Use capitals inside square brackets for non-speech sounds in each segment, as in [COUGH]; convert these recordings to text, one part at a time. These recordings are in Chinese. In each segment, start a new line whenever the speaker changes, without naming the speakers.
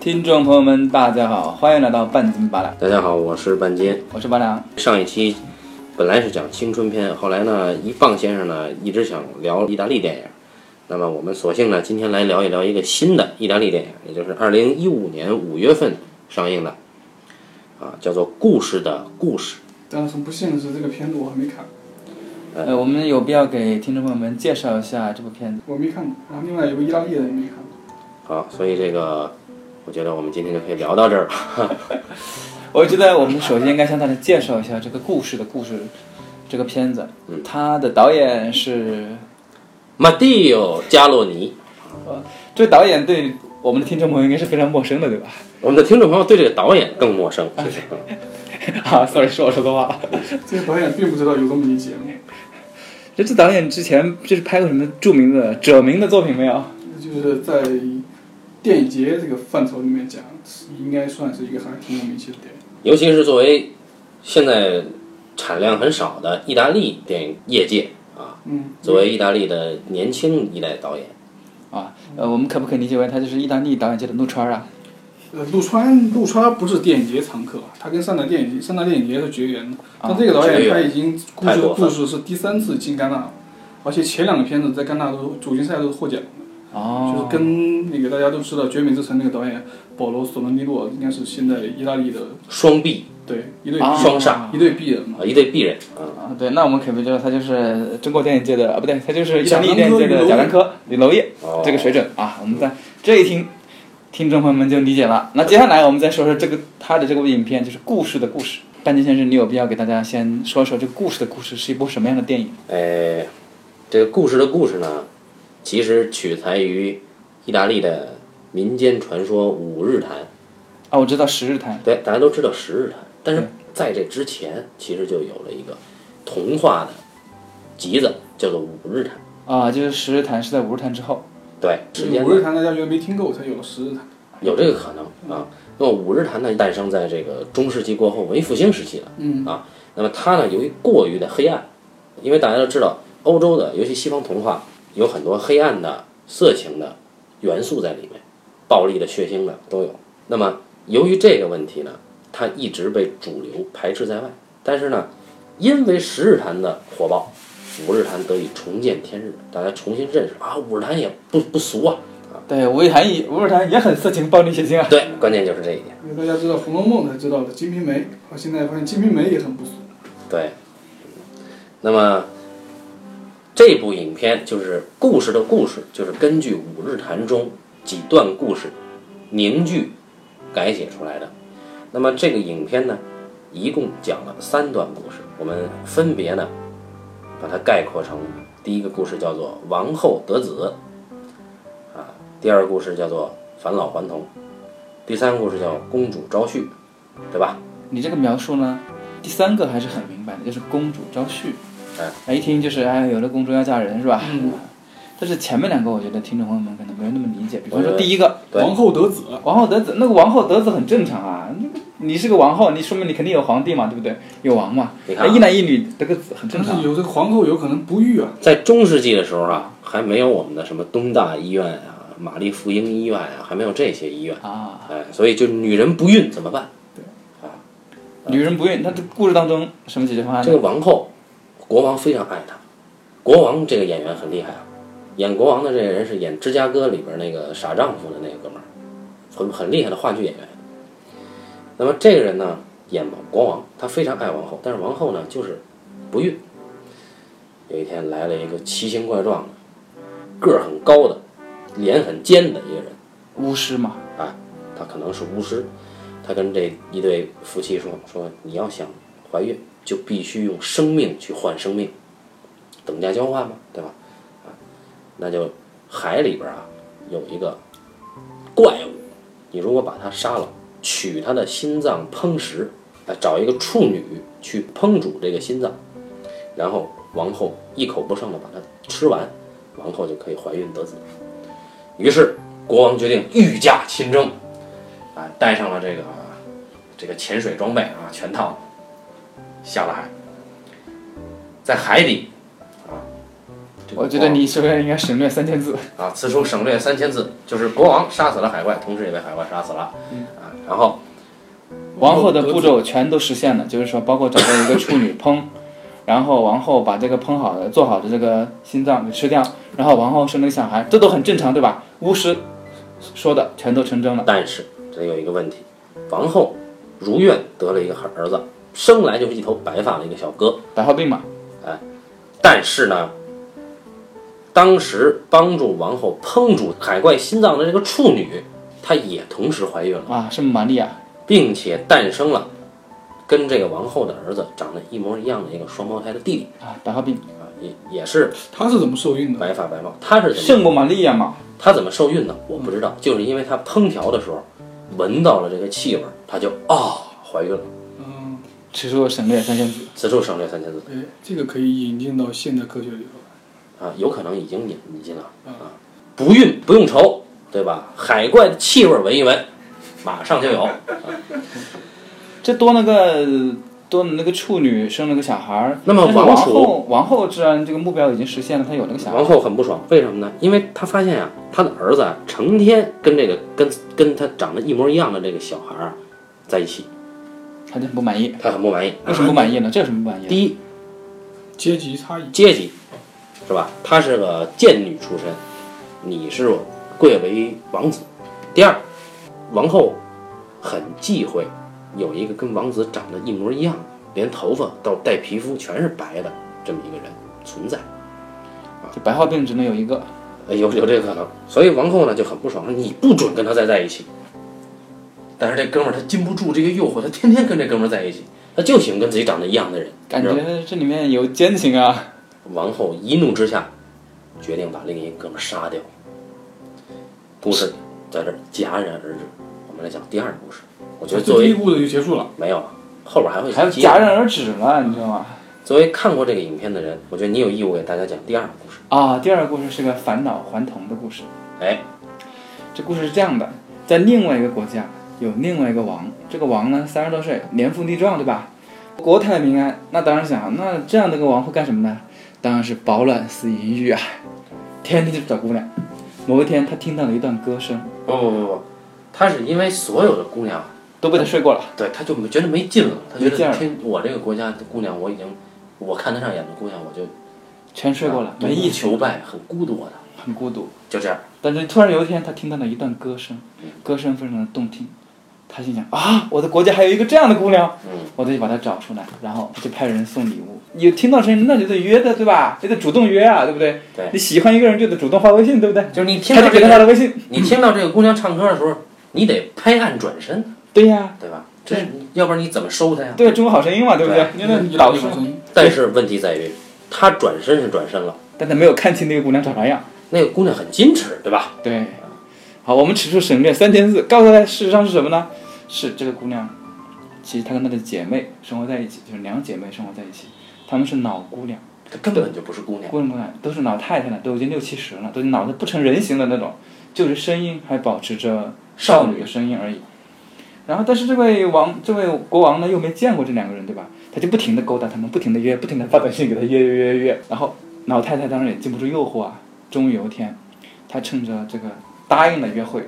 听众朋友们，大家好，欢迎来到半斤八两，
大家好，我是半斤。
我是八两。
上一期本来是讲青春片，后来呢，一棒先生呢一直想聊意大利电影，那么我们索性呢，今天来聊一聊一个新的意大利电影，也就是二零一五年五月份上映的，啊，叫做《故事的故事》。
但是很不幸的是，这个片子我还没看，
呃，我们有必要给听众朋友们介绍一下这部片子。
我没看过。然后另外有个意大利的也没看过。
好，啊所以这个我觉得我们今天就可以聊到这儿了。
我觉得我们首先应该向大家介绍一下这个故事的故事，这个片子，它的导演是，
马蒂奥·加洛尼，
这个导演对我们的听众朋友应该是非常陌生的，对吧？ [LAUGHS]
我们的听众朋友对这个导演更陌生，其实
啊，sorry，是我说错话了。
这个导演并不知道有这么一节目，
这次导演之前就是拍过什么著名的、者名的作品没有？
啊就是在电影节这个范畴里面讲，应该算是一个还挺有名气的电影。
尤其是作为现在产量很少的意大利电影业界啊，
嗯，
作为意大利的年轻一代导演，
啊，呃，我们可不可以理解为它就是意大利导演界的陆川啊？
呃，陆川，陆川不是电影节常客，啊他跟上海电影节、上海电影节是绝缘的。但这个导
绝
演
缘
他已经故
太
事
过分
故事是第三次进戛纳了，而且前两个片子在戛纳都主竞赛都是获奖的。
哦，
就是跟那个大家都知道《绝美之城》那个导演保罗·索伦蒂诺，应该是现在意大利的
双臂
对一对
啊
双煞
一对璧人嘛。
啊，一对璧人啊，
啊，对，那我们可不知道他就是中国电影界的啊，不对，他就是意大利
贾
电
樟
影
柯
界的
与娄烨
贾樟柯、李娄烨
哦
这个水准啊。我们在这一听，听众朋友们就理解了。那接下来我们再说说这个他的这部影片，就是故事的故事。半斤先生，你有必要给大家先说说这个故事的故事是一部什么样的电影？
哎，这个故事的故事呢，其实取材于意大利的民间传说五日谈，
啊，我知道《十日谈》
对，大家都知道十日谈，但是
对
在这之前，其实就有了一个童话的集子，叫做五日谈，
啊，就是《十日谈》是在五日谈之后。
对，时间
五日谈大家觉得没听够，才有了十日谈。
有这个可能啊。那么五日谈呢，诞生在这个中世纪过后文艺复兴时期了，
嗯
啊，那么它呢，由于过于的黑暗，因为大家都知道，欧洲的尤其西方童话有很多黑暗的、色情的元素在里面，暴力的、血腥的都有。那么由于这个问题呢，它一直被主流排斥在外。但是呢，因为十日谈的火爆，五日谈得以重见天日，大家重新认识啊，五日谈也不不俗啊。
对，五日谈也五日谈也很色情、暴力、血腥啊。
对，关键就是这一点。
因为大家知道《红楼梦》才知道的《金瓶梅》，啊，现在发现《金瓶梅》也很不俗。
对，那么这部影片就是故事的故事，就是根据《五日谈》中几段故事凝聚改写出来的。那么这个影片呢，一共讲了三段故事，我们分别呢把它概括成第一个故事叫做“王后得子”，啊，第二个故事叫做“返老还童”，第三个故事叫“公主招婿”，对吧？
你这个描述呢，第三个还是很明白的，就是公主招婿。
哎
哎，一听就是哎，有的公主要嫁人是吧？
嗯。
但是前面两个，我觉得听众朋友们可能没有那么理解。比方
我觉
说
得
第一个
对
王后得子，
王后得子，那个王后得子很正常啊，那个你是个王后，你说明你肯定有皇帝嘛，对不对？有王嘛，哎
你看啊
一男一女得个子很正
但
常
是。有这个皇后有可能不育啊。
在中世纪的时候啊，还没有我们的什么东大医院啊、玛丽福音医院啊，还没有这些医院。
啊，
哎，所以就女人不孕怎么办？
女人不孕，那这故事当中什么解决方案
这
呢？
个王后，国王非常爱她。国王这个演员很厉害啊，演国王的这个人是演《芝加哥》里边那个傻丈夫的那个哥们儿，很很厉害的话剧演员。那么这个人呢，演国王，他非常爱王后，但是王后呢就是不孕。有一天来了一个奇形怪状的、个儿很高的、脸很尖的一个人。
巫师嘛，
他可能是巫师，他跟这一对夫妻说说，你要想怀孕，就必须用生命去换生命，等价交换嘛，对吧？啊，那就海里边啊有一个怪物，你如果把它杀了，取它的心脏烹食，啊，找一个处女去烹煮这个心脏，然后王后一口不剩的把它吃完，王后就可以怀孕得子。于是国王决定御驾亲征。啊，带上了这个这个潜水装备啊，全套，下了海，在海底啊，这个
我觉得
国王
你首先应该省略三千字。
啊，此书省略三千字，就是国王杀死了海怪，同时也被海怪杀死了。啊，然后
王后的步骤全都实现了，就是说，包括找到一个处女
[LAUGHS]
烹，然后王后把这个烹好的、做好的这个心脏给吃掉，然后王后生了个小孩，这都很正常，对吧？巫师说的全都成真了。
但是这有一个问题，王后如愿得了一个儿子，生来就是一头白发的一个小哥。
白化病嘛，
但是呢，当时帮助王后烹煮海怪心脏的这个处女，她也同时怀孕了，
啊，是玛利亚，
并且诞生了跟这个王后的儿子长得一模一样的一个双胞胎的弟弟
啊，白化病，
啊，也也是
他是怎么受孕的？
白发白毛。他是怎么
圣母玛利亚嘛，
他怎么受孕呢？我不知道，就是因为他烹调的时候闻到了这个气味儿，他就啊、怀孕了。
嗯，
此处省略三千字。
此处省略三千字
哎，这个可以引进到现代科学里头来。
啊，有可能已经引引进了啊。不孕不用愁，对吧？海怪的气味儿闻一闻，马上就有。
这多那个多那个处女生了个小孩儿，
那么
但是
王
王
储
后王后自然这个目标已经实现了，她有了个小孩
王
儿，
后很不爽，为什么呢？因为她发现啊，她的儿子啊，成天跟这个跟跟她长得一模一样的这个小孩儿啊在一起，
她就很不满意。
她很不满意。
为什么不满意呢？这有什么不满意的？
第一，
阶级差异，
阶级，是吧？她是个贱女出身，你是贵为王子。第二，王后很忌讳有一个跟王子长得一模一样，连头发到带皮肤全是白的这么一个人存在，
啊就白化病只能有一个，
呃有有这个可能。所以王后呢就很不爽，说你不准跟他再在一起。但是这哥们儿他禁不住这个诱惑，他天天跟这哥们儿在一起，他就喜欢跟自己长得一样的人。
感
你知道吗
觉这里面有奸情啊。
王后一怒之下，决定把另一个哥们儿杀掉。故事在这儿戛然而止。我们来讲第二个故事。我觉得作
这第一
为
步骤就结束了。
没有啊，后边还会
还有
接。
戛然而止了，你知道吗？
作为看过这个影片的人，我觉得你有义务给大家讲第二个故事。
啊，第二个故事是个返老还童的故事。
哎，
这故事是这样的，在另外一个国家有另外一个王，这个王呢三十多岁，年富力壮，对吧？国泰民安，那当然想，那这样的一个王会干什么呢？当然是饱览思淫欲啊，天天就找姑娘。某一天，他听到了一段歌声，
不不不不，他是因为所有的姑娘，啊
都被他睡过了。
对他就觉得没劲了，他觉
没劲
得
儿
天，我这个国家的姑娘我已经，我看得上眼的姑娘我就啊
全睡过了，没意
一
思，
求败，很孤独的，
很孤独。
就这样。
但是突然有一天，他听到了一段歌声，
嗯
歌声非常的动听。他心想啊，我的国家还有一个这样的姑娘，
嗯
我得把她找出来，然后就派人送礼物。有听到声音，那就得约的，对吧？就得主动约啊，对不对？
对
你喜欢一个人就得主动发微信，对不对？
就是你听
他
到
就给
这个
他他的微信。
[LAUGHS] 你听到这个姑娘唱歌的时候，你得拍案转身，
对呀、
对吧？这是要不然你怎么收她呀？
对中国好声音嘛，对不对？因为导
老
师
师
嘛，
但是问题在于，她转身是转身了，
但他没有看清那个姑娘长啥样。
那个姑娘很矜持，对吧？
对，好，我们此处省略三千字，告诉大家事实上是什么呢？是这个姑娘，其实她跟她的姐妹生活在一起，就是两姐妹生活在一起，她们是老姑娘，
她根本就不是姑娘。
姑娘姑娘都是老太太了，都已经六七十了，都已经老得不成人形的那种，就是声音还保持着少女的声音而已。然后，但是这位王，这位国王呢，又没见过这两个人，对吧？他就不停的勾搭他们，不停的约，不停的发短信给他约约约约。然后老太太当然也经不住诱惑啊，终于有一天，她趁着这个答应了约会，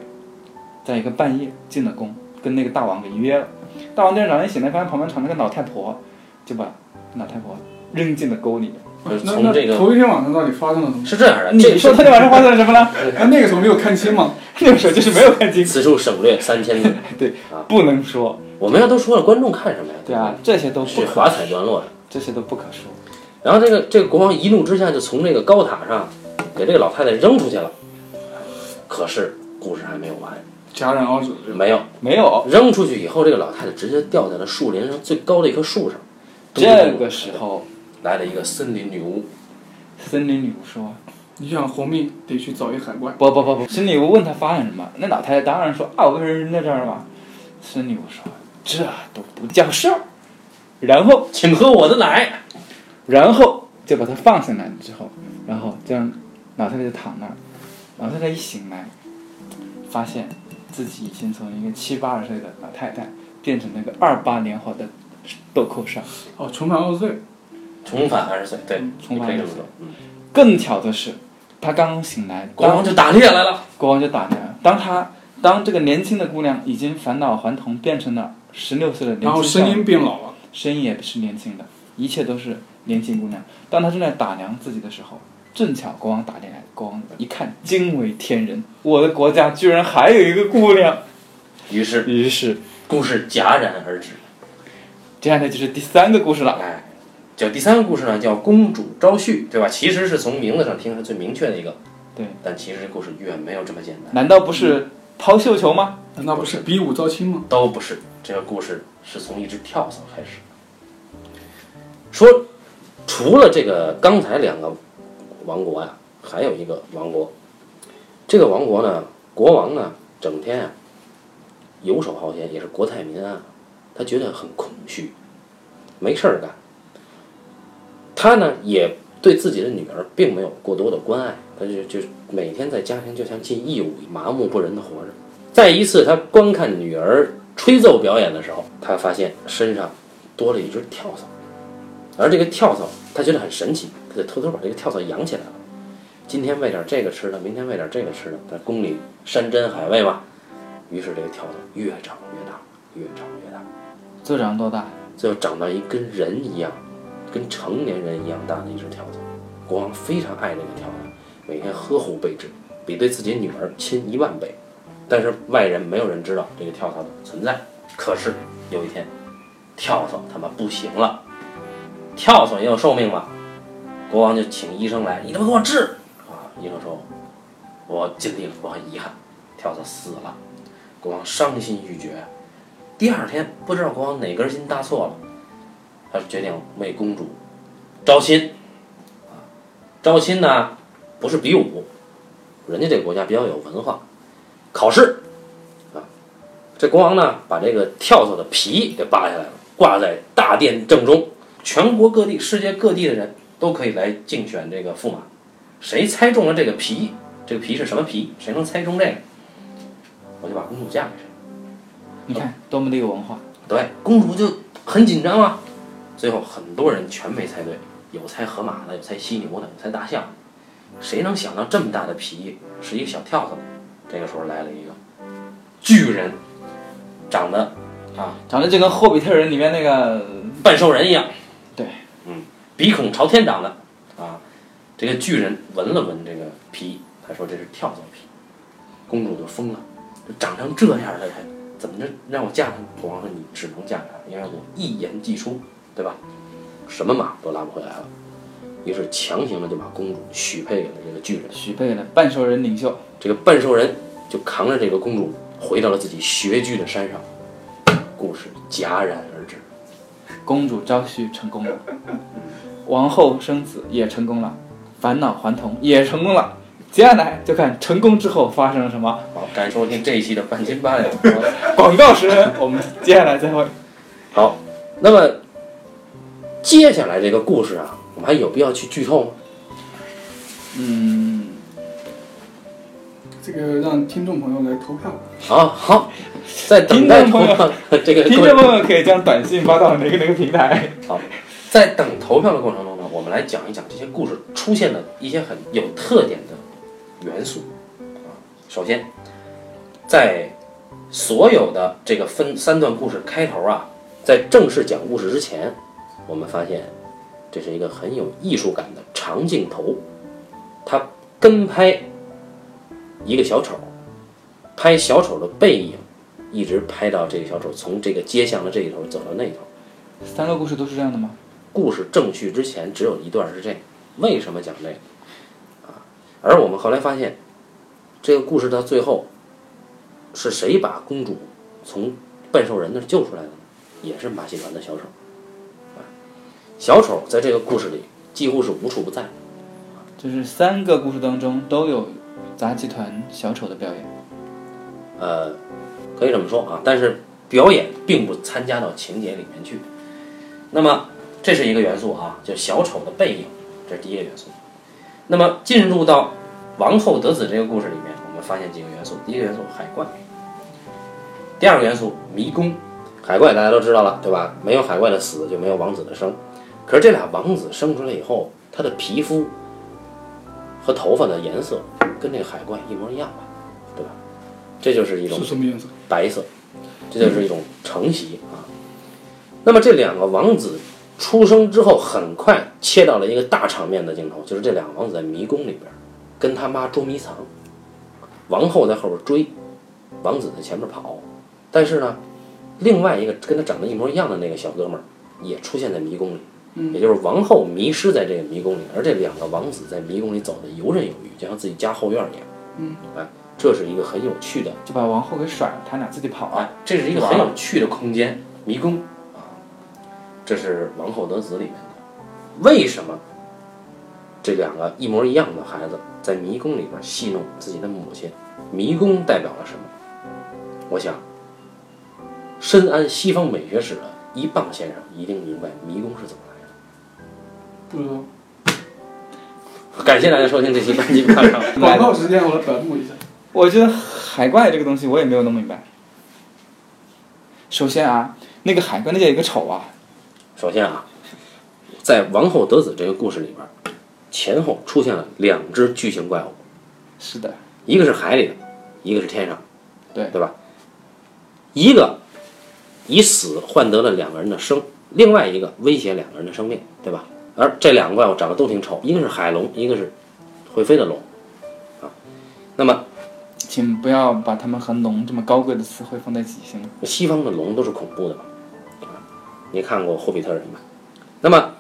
在一个半夜进了宫，跟那个大王给约了。大王第二天早上一醒来，发现旁边躺了个老太婆，就把老太婆扔进了沟里。
就是
啊那
从这
那
个
头一天晚上到底发生了什么？
是这样的，这
你说他天晚上发生了什么 [LAUGHS] 呢？
哎，那个时候没有看清吗？
那个时候就是没有看清，
此处省略三千字。
不能说。
我们要都说了，观众看什么呀？
对啊，，这些都不
是
可
华彩段落呀。
这些都不可说。
然后这个这个国王一怒之下就从这个高塔上给这个老太太扔出去了。可是故事还没有完，
戛然而止。
没有
没有，
哦扔出去以后，这个老太太直接掉在了树林上最高的一棵树上。
这个时候，
来了一个森林女巫，
森林女巫说
你想活命，得去找一海怪：“。
不不不不。”森林女巫问他发现什么，那老太太当然说：“啊，我被人扔在这儿了嘛。”森林女巫说：“这都不叫事儿。”然后，
请喝我的奶。
然后就把她放下来之后，然后这样，老太太就躺那儿。老太太一醒来，发现自己已经从一个七八十岁的老太太变成了一个二八年后的豆蔻少女。
哦，重返二十岁，
重返二十岁，对，
重返
你可以
20
这么说。嗯
更巧的是，他刚醒
[LAUGHS]
来，
国王就打猎来了。
国王就打猎了。当他当这个年轻的姑娘已经返老还童，变成了十六岁的年轻
然后
少
声
女
音变老了，
声音也是年轻的，一切都是年轻姑娘。当她正在打量自己的时候，正巧国王打进来，国王一看惊为天人，我的国家居然还有一个姑娘。
于是
于是，
故事戛然而止。
接下来就是第三个故事了。
哎，叫第三个故事呢，叫公主招婿，对吧？其实是从名字上听是最明确的一个，
对。
但其实故事远没有这么简单，
难道不是抛绣球吗？
难道不是比武招亲吗？
都不是。这个故事是从一只跳蚤开始。说，除了这个刚才两个王国呀、啊还有一个王国，这个王国呢，国王呢，整天啊游手好闲，也是国泰民安啊，他觉得很空虚，没事儿干。他呢也对自己的女儿并没有过多的关爱，他就就每天在家庭就像尽义务，麻木不仁的活着。在一次他观看女儿吹奏表演的时候，他发现身上多了一只跳蚤，而这个跳蚤他觉得很神奇，他就偷偷把这个跳蚤养起来了。今天喂点这个吃的，明天喂点这个吃的，在宫里山珍海味嘛。于是这个跳蚤越长越大，越长越大，
最长多大？
最后长到一跟人一样，跟成年人一样大的一只跳蚤。国王非常爱这个跳蚤，每天呵护备至，比对自己女儿亲一万倍。但是外人没有人知道这个跳蚤的存在。可是有一天，跳蚤他妈不行了，跳蚤也有寿命嘛。国王就请医生来，你他妈给我治啊！医生说，我尽力了，我很遗憾，跳蚤死了。国王伤心欲绝。第二天，不知道国王哪根筋搭错了，他决定为公主招亲。啊，招亲呢，不是比武，人家这个国家比较有文化，考试。啊，这国王呢，把这个跳蚤的皮给扒下来了，挂在大殿正中，全国各地、世界各地的人都可以来竞选这个驸马。谁猜中了这个皮，这个皮是什么皮？谁能猜中这个，我就把公主嫁给谁。
你看多么的有文化。
对，公主就很紧张啊。最后很多人全没猜对，有猜河马的，有猜犀牛的，有猜大象。谁能想到这么大的皮是一个小跳蚤？这个时候来了一个巨人，长得
长得就跟《霍比特人》里面那个
半兽人一样。
对，
嗯，鼻孔朝天长的啊。这个巨人闻了闻这个皮，他说这是跳蚤皮。公主就疯了，这长成这样的人，怎么着让我嫁他？国王说你只能嫁他，因为我一言既出，对吧？什么马都拉不回来了。于是强行的就把公主许配给了这个巨人。
许配了半兽人领袖，
这个半兽人就扛着这个公主回到了自己穴居的山上。故事戛然而止。
公主招婿成功了，王后生子也成功了，返老还童也成功了。接下来就看成功之后发生了什么。
好，感谢收听这一期的半斤八两。
广告时分，我们接下来再会。
好，那么接下来这个故事啊，我们还有必要去剧透吗？
嗯，
这个让听众朋友来投票。
啊，好，在等待
听众朋友
投票的这个
听
过
众
程
朋友可以将短信发到哪个哪个平台？
啊在等投票的过程中呢，我们来讲一讲这些故事出现的一些很有特点的元素啊。首先，在所有的这个分三段故事开头啊，在正式讲故事之前，我们发现这是一个很有艺术感的长镜头，它跟拍一个小丑，拍小丑的背影，一直拍到这个小丑从这个街巷的这一头走到那一头。
三个故事都是这样的吗？
故事正序之前只有一段是这个，为什么讲这个？啊，而我们后来发现，这个故事到最后，是谁把公主从半兽人那儿救出来的呢？也是马戏团的小丑。啊，小丑在这个故事里几乎是无处不在。
就是三个故事当中都有杂技团小丑的表演。
呃，可以这么说啊，但是表演并不参加到情节里面去。那么这是一个元素啊，就小丑的背影，这是第一个元素。那么进入到王后得子这个故事里面，我们发现几个元素，第一个元素海怪，第二个元素迷宫。海怪大家都知道了，对吧？没有海怪的死，就没有王子的生。可是这俩王子生出来以后，他的皮肤和头发的颜色跟这个海怪一模一样吧，对吧？这就是一种
是什么颜色？
白色，这就是一种承袭啊。那么这两个王子出生之后，很快切到了一个大场面的镜头，就是这两个王子在迷宫里边跟他妈捉迷藏，王后在后边追，王子在前面跑。但是呢，另外一个跟他长得一模一样的那个小哥们儿也出现在迷宫里，也就是王后迷失在这个迷宫里，而这两个王子在迷宫里走得游刃有余，就像自己家后院一样。
嗯，
哎，这是一个很有趣的。
就把王后给甩了，他俩自己跑了。
啊，这是一个很有趣的空间，迷宫啊，这是《王后得子》里面的。为什么这两个一模一样的孩子在迷宫里边戏弄自己的母亲？迷宫代表了什么？我想，深谙西方美学史的一棒先生一定明白迷宫是怎么来
不知道。
的。 [LAUGHS] 感谢大家收听这期《班级看上》。
广告时间，我来百度一下。
我觉得海怪这个东西我也没有弄明白。首先啊，那个海怪那叫一个丑啊，
[LAUGHS] 首先啊，在《王后得子》这个故事里边，前后出现了两只巨型怪物。
是的，
一个是海里的，一个是天上，
对
对吧？一个以死换得了两个人的生，另外一个威胁两个人的生命，对吧？而这两个怪物长得都挺丑，一个是海龙，一个是会飞的龙，啊，那么
请不要把它们和龙这么高贵的词汇放在一起，行吗？
西方的龙都是恐怖的嘛，啊，你看过《霍比特人》吧？那么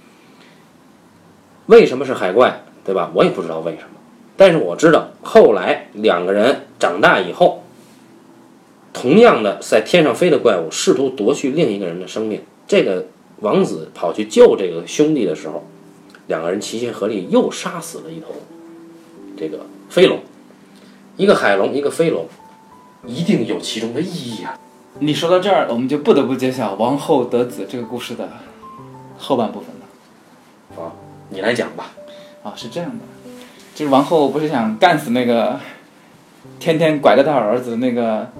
为什么是海怪，对吧？我也不知道为什么，但是我知道后来两个人长大以后，同样的在天上飞的怪物试图夺去另一个人的生命，这个王子跑去救这个兄弟的时候，两个人齐心合力又杀死了一头这个飞龙，一个海龙，一个飞龙，一定有其中的意义啊。
你说到这儿，我们就不得不揭晓王后得子这个故事的后半部分了。
啊，你来讲吧。
啊，是这样的，就是王后不是想干死那个天天拐着她儿子的那个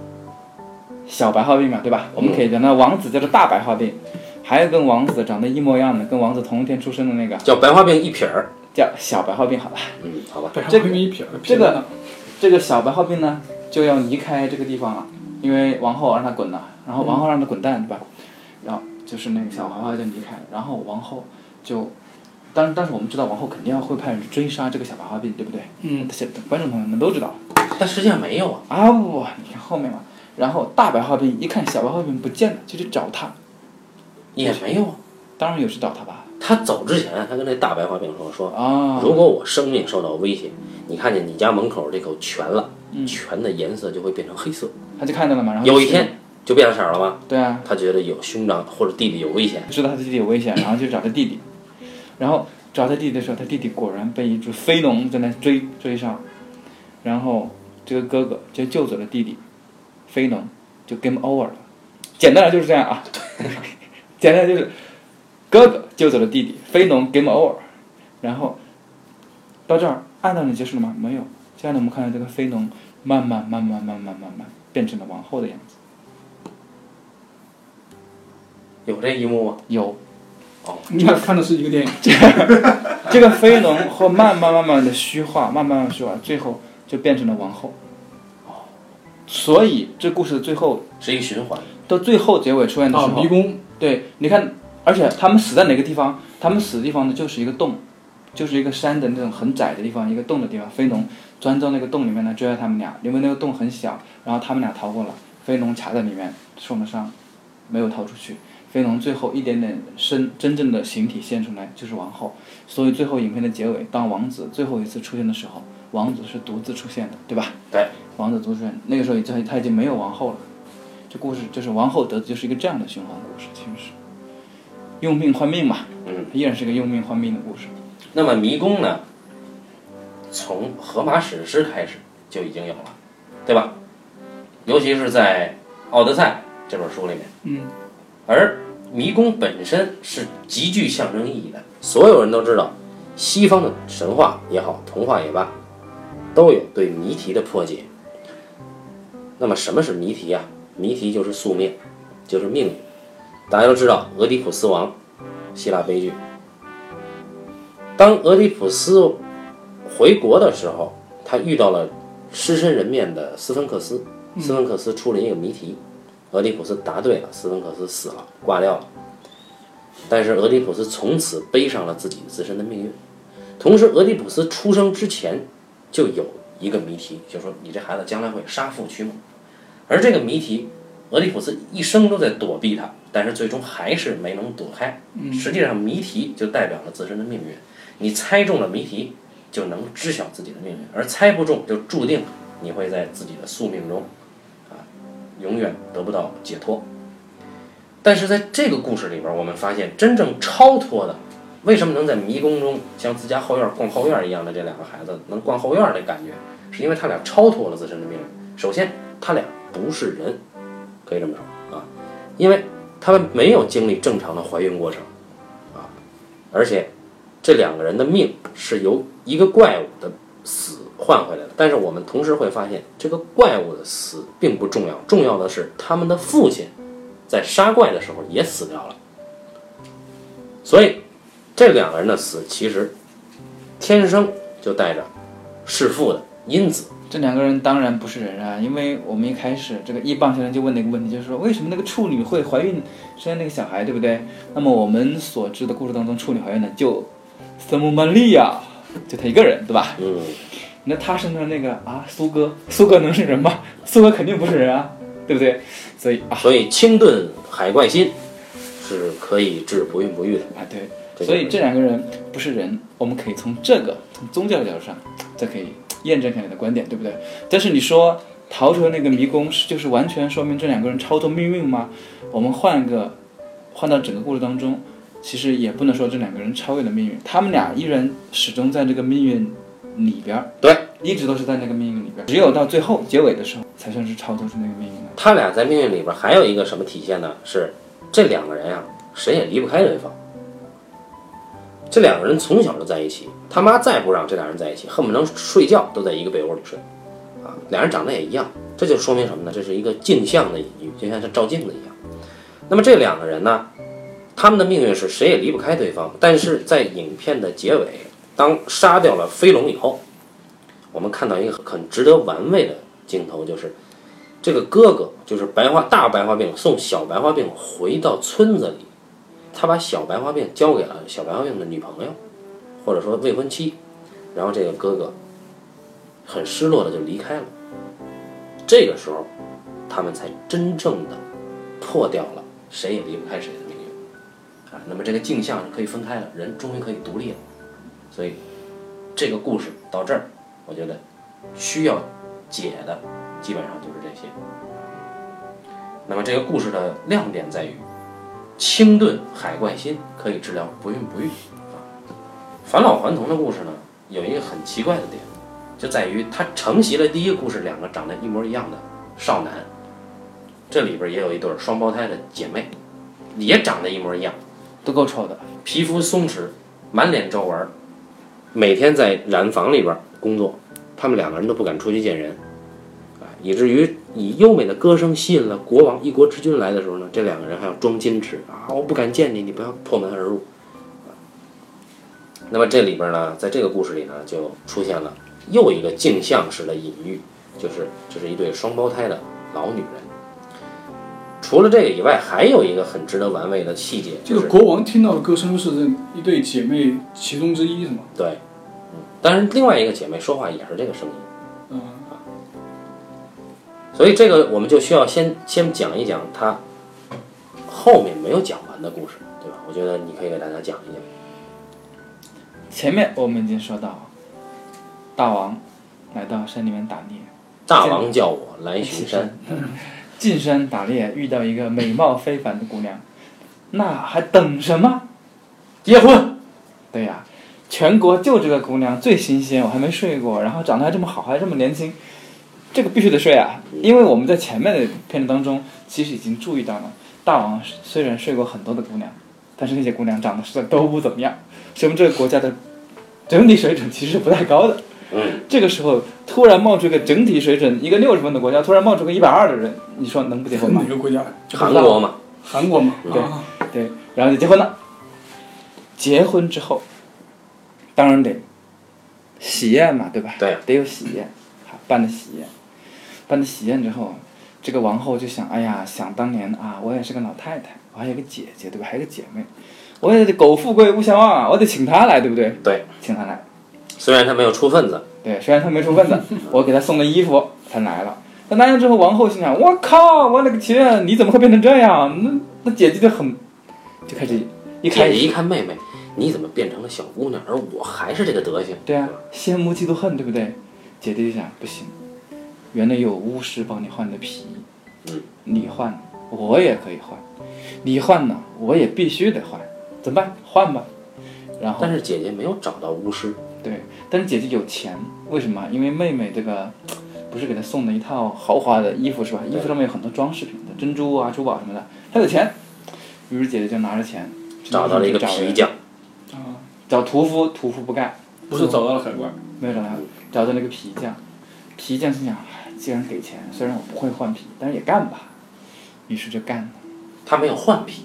小白化病嘛，对吧？我们可以叫那王子叫做大白化病，还有跟王子长得一模一样的，跟王子同一天出生的那个
叫白化病一撇儿。
叫小白化病好了。
嗯，好吧。
北上
这个
昆明一撇儿，
这
撇
个
在哪
这个小白化病呢就要离开这个地方了，因为王后让他滚了，然后王后让他滚蛋，对吧？然后就是那个小白化就离开，然后王后就，当但是我们知道王后肯定要会派人去追杀这个小白化病，对不对？
嗯，
这些观众朋友们都知道
但实际上没有啊。
啊，我你看后面嘛，然后大白化病一看小白化病不见了，就去找他，
也没有啊。
当然有去找他吧？
他走之前，他跟那大白化病说：“说
啊，
如果我生命受到威胁，你看见你家门口这口泉了，
嗯
泉的颜色就会变成黑色，
他就看见了嘛，然后
有
就
一
去
天就变色了吗？
对啊，
他觉得有兄长或者弟弟有危险，
知道他弟弟有危险，然后就找他弟弟，然后找他弟弟的时候，他弟弟果然被一只飞龙在那追追上，然后这个哥哥就救走了弟弟，飞龙就 game over 了。简单来就是这样啊， [LAUGHS] 简单来就是哥哥救走了弟弟，飞龙 game over，然后到这儿按道理结束了吗？没有，接下来我们看到这个飞龙慢慢慢慢慢慢慢慢变成了王后的样子，
有这一幕吗？
有
你俩看的是一个电影，
[LAUGHS] 这个飞龙会慢慢慢慢的虚化，慢慢慢虚化，最后就变成了王后。所以这故事的最后，
是一个循环。
到最后结尾出现的时
啊，
候，
迷宫，
对，你看，而且他们死在哪个地方？他们死的地方呢，就是一个洞，就是一个山的那种很窄的地方，一个洞的地方。飞龙钻到那个洞里面来追杀他们俩，因为那个洞很小，然后他们俩逃过了，飞龙卡在里面受了伤，没有逃出去。飞龙最后一点点身真正的形体现出来，就是王后。所以最后影片的结尾，当王子最后一次出现的时候，王子是独自出现的，对吧？
对。
王子独自出现，那个时候已经他已经没有王后了。这故事就是王后得子，就是一个这样的循环的故事，其实是用命换命嘛，
嗯，
依然是个用命换命的故事。
那么迷宫呢？从《荷马史诗》开始就已经有了，对吧？尤其是在《奥德赛》这本书里面。
嗯，
而迷宫本身是极具象征意义的。所有人都知道，西方的神话也好，童话也罢，都有对谜题的破解。那么什么是谜题啊？谜题就是宿命，就是命运。大家都知道俄狄浦斯王，希腊悲剧。当俄狄浦斯回国的时候，他遇到了狮身人面的斯芬克斯，斯芬克斯出了一个谜题，俄狄浦斯答对了，斯芬克斯死了，挂掉了。但是俄狄浦斯从此背上了自己自身的命运。同时，俄狄浦斯出生之前就有一个谜题，就说你这孩子将来会杀父娶母，而这个谜题，俄狄浦斯一生都在躲避它，但是最终还是没能躲开。实际上，谜题就代表了自身的命运，你猜中了谜题，就能知晓自己的命运，而猜不中就注定你会在自己的宿命中，啊，永远得不到解脱。但是在这个故事里边，我们发现真正超脱的，为什么能在迷宫中像自家后院逛后院一样的这两个孩子能逛后院的感觉，是因为他俩超脱了自身的命运。首先，他俩不是人，可以这么说啊，因为他们没有经历正常的怀孕过程，啊，而且这两个人的命是由一个怪物的死换回来的。但是我们同时会发现，这个怪物的死并不重要，重要的是他们的父亲在杀怪的时候也死掉了。所以，这两个人的死其实天生就带着弑父的因子。
这两个人当然不是人啊，因为我们一开始这个一棒先生就问那个问题，就是说为什么那个处女会怀孕生下那个小孩，对不对？那么我们所知的故事当中，处女怀孕的就森姆曼利亚，就她一个人，对吧？
嗯，
那她身上那个啊苏哥，苏哥能是人吗？苏哥肯定不是人啊，对不对？所以啊
所以清炖海怪心是可以治不孕不育的。
啊对，
这个
所以这两个人不是人，我们可以从这个从宗教的角度上，这可以验证一下你的观点，对不对？但是你说逃出那个迷宫，是就是完全说明这两个人超脱命运吗？我们换个换到整个故事当中，其实也不能说这两个人超越了命运，他们俩依然始终在这个命运里边儿，
对，
一直都是在那个命运里边儿，只有到最后结尾的时候，才算是超脱出那个命运来。
他俩在命运里边还有一个什么体现呢？是这两个人啊，谁也离不开对方。这两个人从小就在一起，他妈再不让这俩人在一起，恨不能睡觉都在一个被窝里睡。啊，俩人长得也一样，这就说明什么呢？这是一个镜像的隐喻，就像是照镜子一样。那么这两个人呢，他们的命运是谁也离不开对方。但是在影片的结尾，当杀掉了飞龙以后，我们看到一个很值得玩味的镜头，就是这个哥哥就是白化大白化病送小白化病回到村子里，他把小白化病交给了小白化病的女朋友，或者说未婚妻，然后这个哥哥很失落的就离开了。这个时候，他们才真正的破掉了谁也离不开谁的命运啊。那么这个镜像是可以分开的，人终于可以独立了。所以这个故事到这儿，我觉得需要解的基本上就是这些。那么这个故事的亮点在于，清炖海怪心可以治疗不孕不育啊。返老还童的故事呢，有一个很奇怪的点，就在于它承袭了第一个故事两个长得一模一样的少男，这里边也有一对儿双胞胎的姐妹，也长得一模一样，
都够丑的，
皮肤松弛，满脸皱纹儿，每天在染坊里边儿工作，他们两个人都不敢出去见人，啊，以至于以优美的歌声吸引了国王一国之君来的时候呢，这两个人还要装矜持啊，我不敢见你，你不要破门而入。啊那么这里边呢，在这个故事里呢，就出现了又一个镜像式的隐喻，就是这是一对双胞胎的老女人。除了这个以外，还有一个很值得玩味的细节，
这
就是
个国王听到的歌声是一对姐妹其中之一，是吗？
对，嗯，当然另外一个姐妹说话也是这个声音，
嗯，
所以这个我们就需要先先讲一讲她后面没有讲完的故事，对吧？我觉得你可以给大家讲一讲。
前面我们已经说到，大王来到山里面打猎，
大王叫我来巡山，
进山打猎遇到一个美貌非凡的姑娘，那还等什么？
结婚。
对呀、全国就这个姑娘最新鲜，我还没睡过，然后长得还这么好，还这么年轻，这个必须得睡啊！因为我们在前面的片子当中，其实已经注意到了，大王虽然睡过很多的姑娘，但是那些姑娘长得实在都不怎么样，说明这个国家的整体水准其实是不太高的。
嗯，
这个时候突然冒出一个整体水准一个六十分的国家，突然冒出个一百二的人，你说能不结婚吗
哪？个国家？
韩国嘛，
韩国嘛。
对
啊，
对，然后就结婚了。结婚之后，当然得喜宴嘛，对吧？
对，
得有喜宴，好办的喜宴，办的喜宴之后，这个王后就想，哎呀，想当年啊，我也是个老太太，我还有个姐姐，对吧？还有个姐妹，我也得苟富贵勿相忘啊，我得请她来，对不对？
对，
请她来。
虽然他没有出份子，
对，虽然他没出份子，我给他送了衣服，他来了。他来了之后，王后心想：我靠，我勒个去，你怎么会变成这样？那那姐姐就很，就开始一开
姐姐
始
一看妹妹，你怎么变成了小姑娘，而我还是这个德行？
对啊，羡慕嫉妒恨，对不对？姐姐就想不行，原来有巫师帮你换的皮，
嗯，
你换我也可以换，你换呢我也必须得换，怎么办？换吧。然后
但是姐姐没有找到巫师，
对，但是姐姐有钱，为什么？因为妹妹这个不是给她送了一套豪华的衣服是吧？衣服上面有很多装饰品的珍珠啊、珠宝什么的，她有钱，于是姐姐就拿着钱去
找到了一个
找人
皮匠，
啊，
找屠夫，屠夫不干，
不是找到了海怪，
没有找到他，找到那个皮匠，皮匠心想，哎既然给钱，虽然我不会换皮，但是也干吧，于是就干了，
他没有换皮，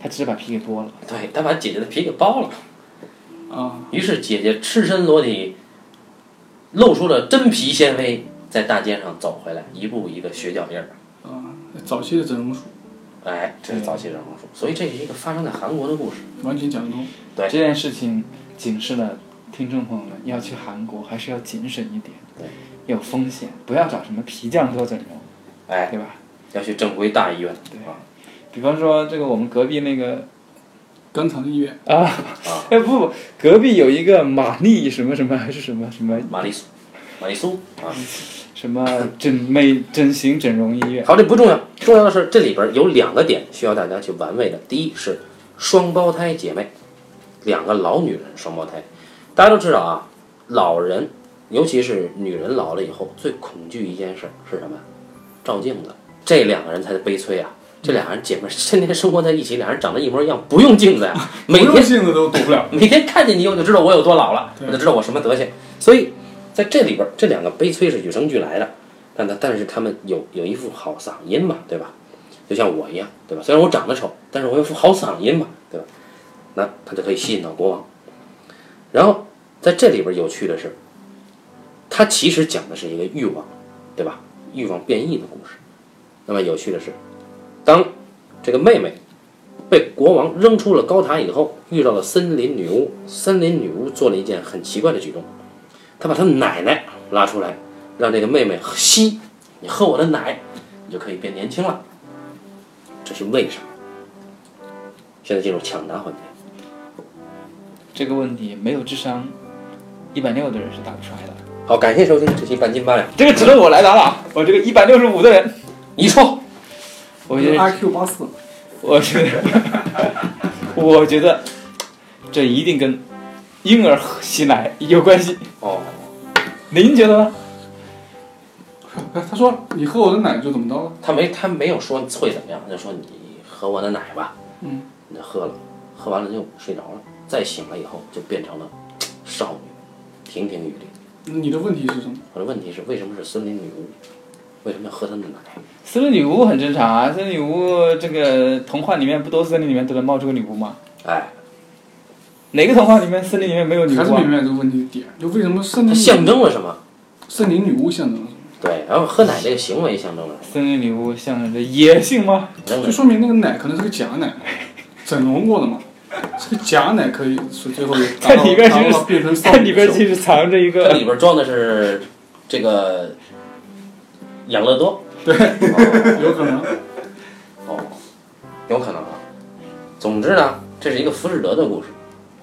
他只是把皮给剥了，
对他把姐姐的皮给剥了，
啊，
于是姐姐赤身裸体，露出了真皮纤维，在大街上走回来，一步一个血脚印儿。
啊，早期的整容术
哎，这是早期人红术，所以这是一个发生在韩国的故事。
完全讲得通，
对
这件事情警示了听众朋友们，要去韩国还是要谨慎一点，
对，
有风险，不要找什么皮匠做整容，
哎，
对吧？
要去正规大医院
对
啊
比方说这个我们隔壁那个 [LAUGHS]
肛肠医院
啊，
啊！
哎不，隔壁有一个玛丽什么什么还是什么什么
玛丽苏，玛丽苏啊！
什么整美整形整容医院，
好，这不重要，重要的是这里边有两个点需要大家去玩味的。第一是双胞胎姐妹，两个老女人双胞胎。大家都知道啊，老人，尤其是女人老了以后，最恐惧一件事是什么？照镜子。这两个人才悲催啊！这两个人姐妹天天生活在一起，俩人长得一模一样，不用镜子呀、每
不
天
用镜子都躲不了，
每天看见你，我就知道我有多老了，
对
我就知道我什么德行。所以在这里边儿，这两个悲催是与生俱来的。但他但是他们有有一副好嗓音嘛，对吧？就像我一样，对吧？虽然我长得丑，但是我有副好嗓音嘛，对吧？那他就可以吸引到国王。然后在这里边儿有趣的是，它其实讲的是一个欲望，对吧？欲望变异的故事。那么有趣的是，当这个妹妹被国王扔出了高塔以后，遇到了森林女巫。森林女巫做了一件很奇怪的举动，她把她奶奶拉出来，让这个妹妹吸，你喝我的奶，你就可以变年轻了。这是为什么？现在进入抢答环节，
这个问题没有智商一百六的人是答不出来的，
好，感谢收听这期半斤八两。
这个只能我来答了啊，我这个一百六十五的人，
你说，
我觉得，
IQ 八四，
我觉得， [LAUGHS] 我觉得这一定跟婴儿吸奶有关系，
哦，
您觉得呢？
哎，他说你喝我的奶就怎么着了？
他没他没有说会怎么样，他就说你喝我的奶吧，
嗯，
你就喝了，喝完了就睡着了，再醒了以后就变成了少女，亭亭玉立。
你的问题是什么？
我的问题是，为什么是森林女巫？为什么要喝她的奶？
森林女巫很正常啊，森林女巫这个童话里面不都森林里面都能冒出个女巫吗？
哎，
哪个童话里面森林里面没有女
还是
巫
没
啊？
明白这个问题的点，就为什么森
它
林
象征了什么？
森林女巫象征了什么？
对，然后喝奶这个行为象征 [LAUGHS] 了什
森林女巫象征着野性吗？
么？真
就
的，
说明那个奶可能是个假奶，整容过的嘛。这个假奶可以是最后
[LAUGHS] 它
达到
里边其
达
实
到变成少
它
女
里边其实藏着一
这
个
里边装的是这个养乐多。
有可能
哦，有可能啊。总之呢，这是一个浮士德的故事，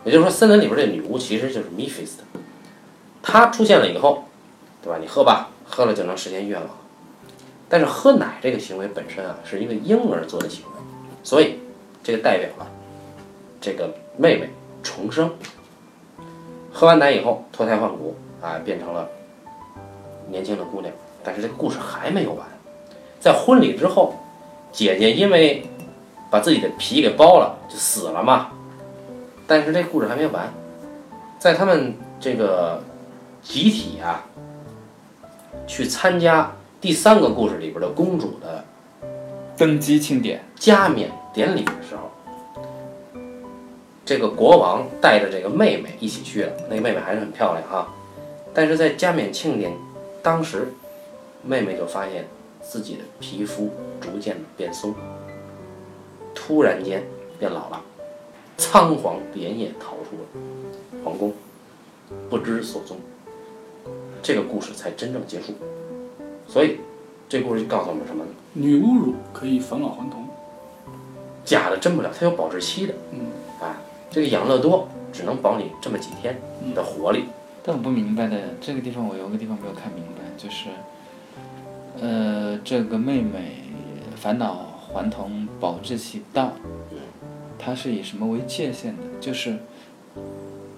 也就是说，森林里边这女巫其实就是 Mephist，她出现了以后，对吧？你喝吧，喝了就能实现愿望。但是喝奶这个行为本身啊，是一个婴儿做的行为，所以这个代表了这个妹妹重生，喝完奶以后脱胎换骨啊，变成了年轻的姑娘。但是这个故事还没有完，在婚礼之后，姐姐因为把自己的皮给剥了，就死了嘛。但是这故事还没完，在他们这个集体啊，去参加第三个故事里边的公主的
登基庆典。
加冕典礼的时候，这个国王带着这个妹妹一起去了，那个妹妹还是很漂亮啊。但是在加冕庆典当时，妹妹就发现自己的皮肤逐渐变松，突然间变老了，仓皇连夜逃出了皇宫，不知所踪。这个故事才真正结束。所以，这故事就告诉我们什么呢？
女巫乳可以返老还童，
假的真不了，它有保质期的。
嗯，
啊，这个养乐多只能保你这么几天的活力。
但我不明白的这个地方，我有个地方没有看明白，就是，呃，这个妹妹返老还童保质期到，它是以什么为界限的？就是，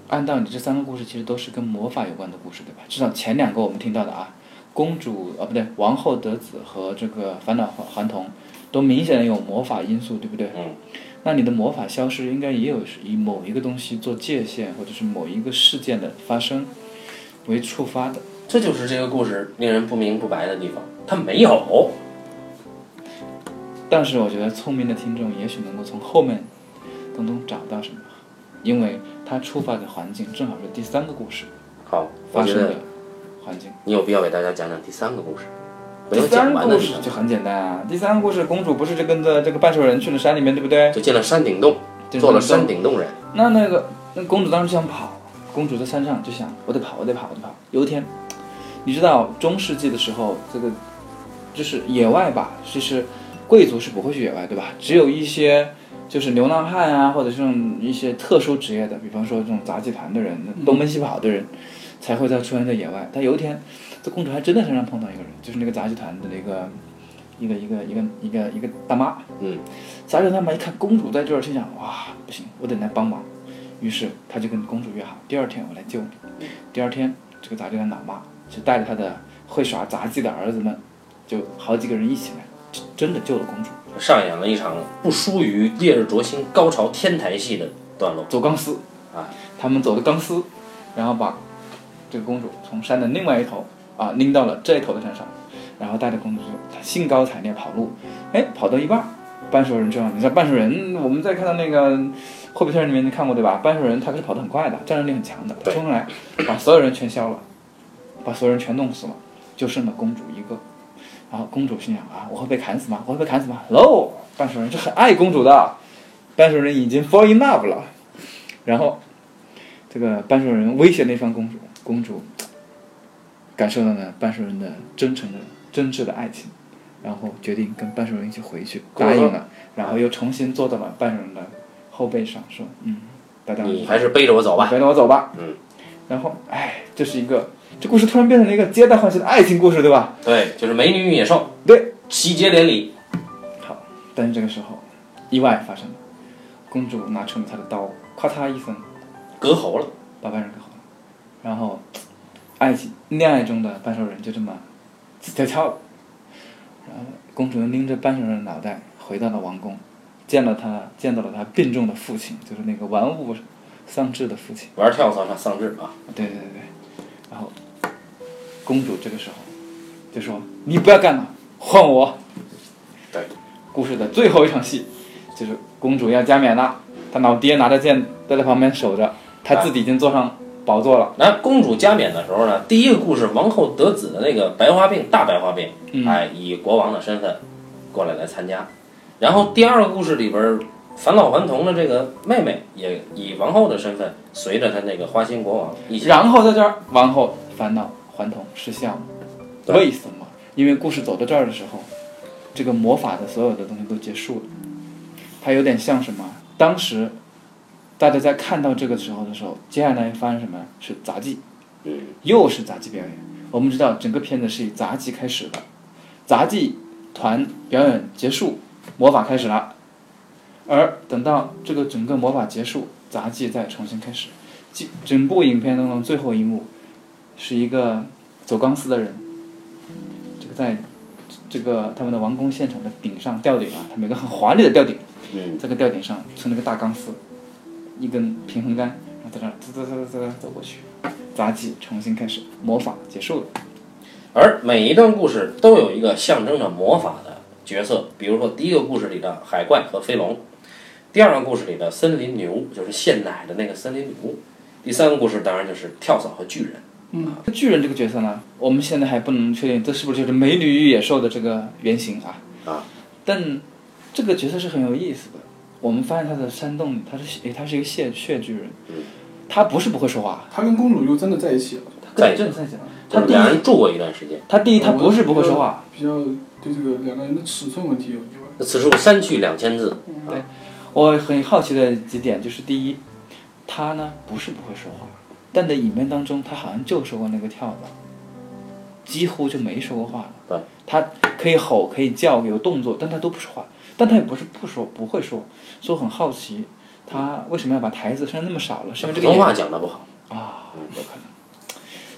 按道理这三个故事其实都是跟魔法有关的故事，对吧？至少前两个我们听到的啊，公主啊不对，王后得子和这个返老还还童，都明显的有魔法因素，对不对？
嗯。
那你的魔法消失应该也有以某一个东西做界限，或者是某一个事件的发生为触发的。
这就是这个故事令人不明不白的地方，它没有。
但是我觉得聪明的听众也许能够从后面当中找到什么，因为它触发的环境正好是第三个故事
好，我
发
觉
生
得
的环境。
你有必要给大家讲讲第三个故事，没
第
有
三
讲
个
完的
故
地
事
方
就很简单啊，第三个故事公主不是就跟着这个半兽人去了山里面，对不对？
就进了山顶洞，做了山顶洞人。
那那个那公主当时就想跑，公主在山上就想我得跑，我得跑，我得跑。有一天，你知道中世纪的时候，这个就是野外吧，其实贵族是不会去野外，对吧？只有一些就是流浪汉啊，或者是这种一些特殊职业的，比方说这种杂技团的人，东奔西跑的人，才会在出现在野外。但有一天，这公主还真在山上碰到一个人，就是那个杂技团的那个一个一个一个一个一个大妈，
嗯，
杂人他们一看公主在这儿，心想哇不行，我得来帮忙。于是他就跟公主约好，第二天我来救你。第二天，这个杂技团老妈就带着他的会耍杂技的儿子们，就好几个人一起来，真真的救了公主。
上演了一场不输于《烈日灼心》高潮天台戏的段落。
走钢丝
啊，
他们走的钢丝，然后把这个公主从山的另外一头啊拎到了这一头的山上，然后带着公主就兴高采烈跑路，哎，跑到一半儿，半兽人这样，你知道半兽人，我们在看到那个《霍比特人》里面看过对吧？半兽人他可是跑得很快的，战斗力很强的，
对
冲上来把所有人全消了，把所有人全弄死了，就剩了公主一个。然后公主心想啊，我会被砍死吗？我会被砍死吗？No，半兽人是很爱公主的，半兽人已经 fall in love 了。然后，这个半兽人威胁那方公主，公主感受到了半兽人的真诚的、真挚的爱情，然后决定跟半兽人一起回去，
公
答
主说
应了，然后又重新坐到了半兽人的后背上，说：“嗯，大家
你还是背着我走吧。
陪着我走吧。”
嗯，
然后，哎，这是一个这故事突然变成了一个皆大欢喜的爱情故事，对吧？
对，就是美女与野兽，
对，
喜结连理。
但是这个时候，意外发生了，公主拿出了她的刀，咔嚓一声。
隔喉了，
把半兽人给好了，然后爱情恋爱中的半兽人就这么死翘翘了。然后公主拎着半兽人的脑袋回到了王宫，见到他见到了他病重的父亲，就是那个玩物丧志的父亲。
玩跳蚤上丧志啊！
对对对对，然后公主这个时候就说：“你不要干了，换我。”
对，
故事的最后一场戏，就是公主要加冕了，她老爹拿着剑在她旁边守着，她自己已经坐上宝座了。
那公主加冕的时候呢，第一个故事王后得子的那个白化病大白化病，
嗯
哎，以国王的身份过来来参加。然后第二个故事里边，返老还童的这个妹妹也以王后的身份，随着她那个花心国王一起。
然后在这儿，王后烦恼还童失效了，
对
为什么？因为故事走到这儿的时候，这个魔法的所有的东西都结束了，它有点像什么？当时大家在看到这个时候的时候，接下来发生什么？是杂技，
嗯，
又是杂技表演。我们知道整个片子是以杂技开始的，杂技团表演结束，魔法开始了。而等到这个整个魔法结束，杂技再重新开始。即整部影片当中最后一幕，是一个走钢丝的人，这个在这个他们的王宫现场的顶上吊顶啊，他们有个很华丽的吊顶，
嗯，
这个吊顶上撑了个大钢丝，一根平衡杆，然后在那儿滋滋滋滋滋走过去，杂技重新开始，魔法结束了。
而每一段故事都有一个象征着魔法的角色，比如说第一个故事里的海怪和飞龙，第二个故事里的森林女巫，就是献奶的那个森林女巫，第三个故事当然就是跳蚤和巨人。
嗯，巨人这个角色呢，我们现在还不能确定这是不是就是《美女与野兽》的这个原型啊。
啊，
但这个角色是很有意思的。我们发现他的山洞，他是诶他是一个血血巨人，他不是不会说话，
他跟公主又真的在一起了。
他
在
跟真的在讲。
就
啊他
是
第
两
一，
人住过一段时间。
他第一他不是不会说话，
比较对这个两个人的尺寸问题有疑问。
此处删去两千字，
我很好奇的几点就是：第一，他呢不是不会说话，但在影片当中，他好像就说过那个跳蚤，几乎就没说过话了。
对，
他可以吼，可以叫，有动作，但他都不说话。但他也不是不说，不会说，所以我很好奇，他为什么要把台词哦删那么少了？是因为
普
这个
通
演
话讲的不好。
啊，有可能。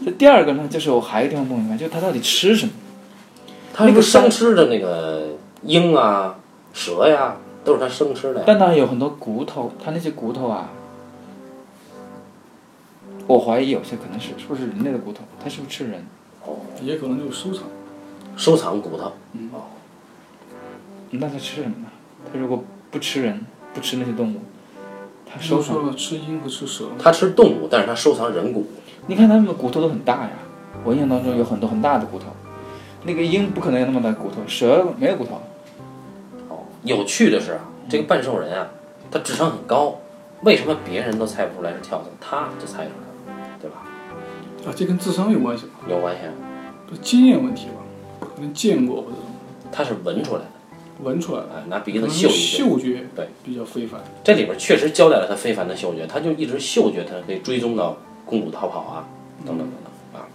这第二个呢，就是我还有一个地方不明白，就是他到底吃什么？
他那个生吃的那个鹰啊、蛇呀、都是他生吃的呀。
但他有很多骨头，他那些骨头啊，我怀疑有些可能是是不是人类的骨头，他是不是吃人？
也可能就是收藏。啊
收藏骨头，
嗯那他吃什么呢？他如果不吃人，不吃那些动物，他
收
收
说
藏。
了吃鹰和吃蛇，
他吃动物，但是他收藏人骨。
你看他们的骨头都很大呀，我印象当中有很多很大的骨头。那个鹰不可能有那么大的骨头，蛇没有骨头。
有趣的是啊，这个半兽人啊，他智商很高，为什么别人都猜不出来是跳蚤，他就猜出来了，对吧？
啊，这跟智商有关系吧？
有关系啊，
不是经验问题吧？可能见过或者
他是闻出来的，
闻出来了，
啊，拿鼻
可
子
能
嗅
是
一嗅。
嗅觉
对
比较非凡。
这里边确实交代了他非凡的嗅觉，他就一直嗅觉，他可以追踪到公主逃跑啊，等等等等啊。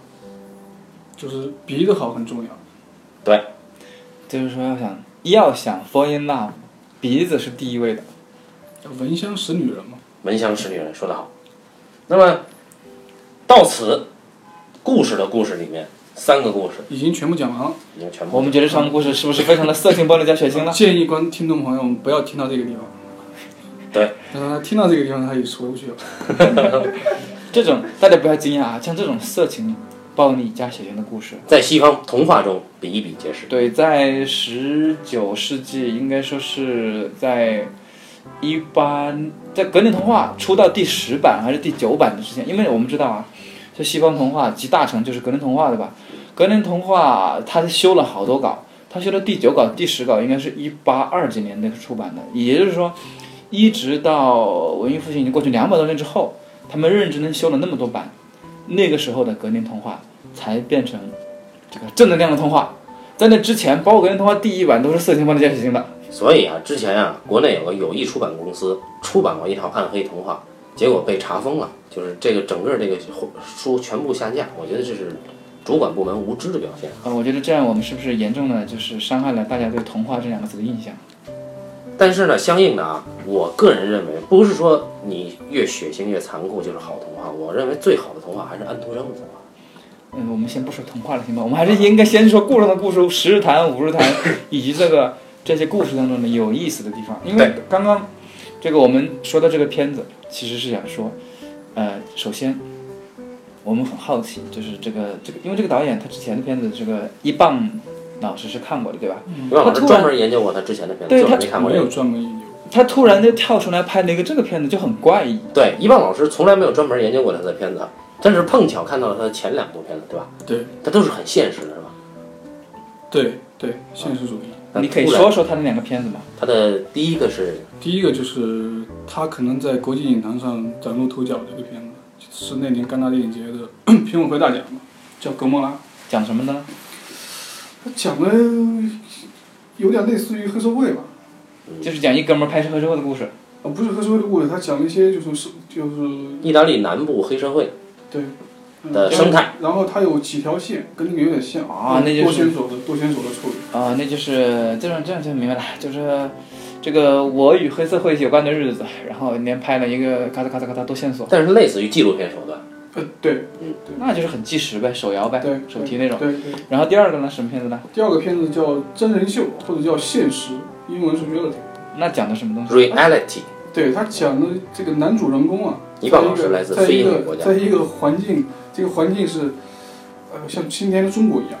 就是鼻子好很重要，
对，
就是说要想要想 fall in love，鼻子是第一位的。
闻香识女人嘛。
闻香识女人，说得好。那么到此，故事的故事里面，三个故事
已经全部讲完了，
已经全部
我们觉得上个故事是不是非常的色情、暴力加血腥了？
建议观听众朋友们不要听到这个地方。
对，
但是他听到这个地方他也说不去了。
这种大家不要惊讶啊，像这种色情、暴力加血腥的故事，
在西方童话中比一比皆是。
对，在十九世纪应该说是在一八，在格林童话出到第十版还是第九版的之前，因为我们知道啊，这西方童话集大成就是格林童话对吧？格林童话它修了好多稿，它修了第九稿、第十稿，应该是一八二几年那个出版的，也就是说，一直到文艺复兴已经过去两百多年之后，他们认真的修了那么多版，那个时候的格林童话才变成这个正能量的童话。在那之前，包括《格林童话》第一版都是色情方的加血腥的。
所以啊，之前啊，国内有个有意出版公司出版过一套暗黑童话，结果被查封了，就是这个整个这个书全部下架。我觉得这是主管部门无知的表现。
啊、我觉得这样我们是不是严重的就是伤害了大家对“童话”这两个字的印象？
但是呢，相应的啊，我个人认为，不是说你越血腥越残酷就是好童话。我认为最好的童话还是安徒生的童话。
嗯，我们先不说童话了，行吧？我们还是应该先说故事的故事，十日谈、五日谈，以及这个这些故事当中的有意思的地方。因为刚刚这个我们说到这个片子，其实是想说，呃，首先我们很好奇，就是这个这个，因为这个导演他之前的片子，这个一棒老师是看过的，对吧？
刘老
他
师
突然
嗯专门研究过他之前的片子，
对
就是
他
没看过
没
这个
有。专门研究，
他突然就跳出来拍了一个这个片子，就很怪异。
对，一棒老师从来没有专门研究过他的片子，但是碰巧看到了他的前两部片子，对吧？
对，
他都是很现实的，是吧？
对对，现实主义。
那
你可以
突然
说说他那两个片子吗？
他的第一个是
第一个就是他可能在国际影坛上崭露头角这个片子，是那年戛纳电影节的 [COUGHS] 评委会大奖嘛，叫《格莫拉》。
讲什么呢？
他讲的有点类似于黑社会吧，嗯
就是讲一哥们儿拍摄黑社会的故事。
啊，不是黑社会的故事，他讲了一些就是是就是
意大利南部黑社会
对嗯
的生态，
然后它有几条线，跟那个有点像
啊那就是
多线索的多线索的处理。
啊、那就是这样这样就明白了，就是这个我与黑社会有关的日子，然后连拍了一个咔嚓咔嚓咔嚓多线索，
但是类似于纪录片手段。
呃，对
那就是很纪实呗，手摇呗
对，，
手提那种。
对对。
然后第二个呢，什么片子呢？
第二个片子叫真人秀，或者叫现实，英文是 reality。
那讲的什么东西？
Reality，
对他讲的这个男主人公啊，
一棒老师来自
在
非
一
英语国
个
家
在，一个环境，这个环境是，呃，像今天的中国一样，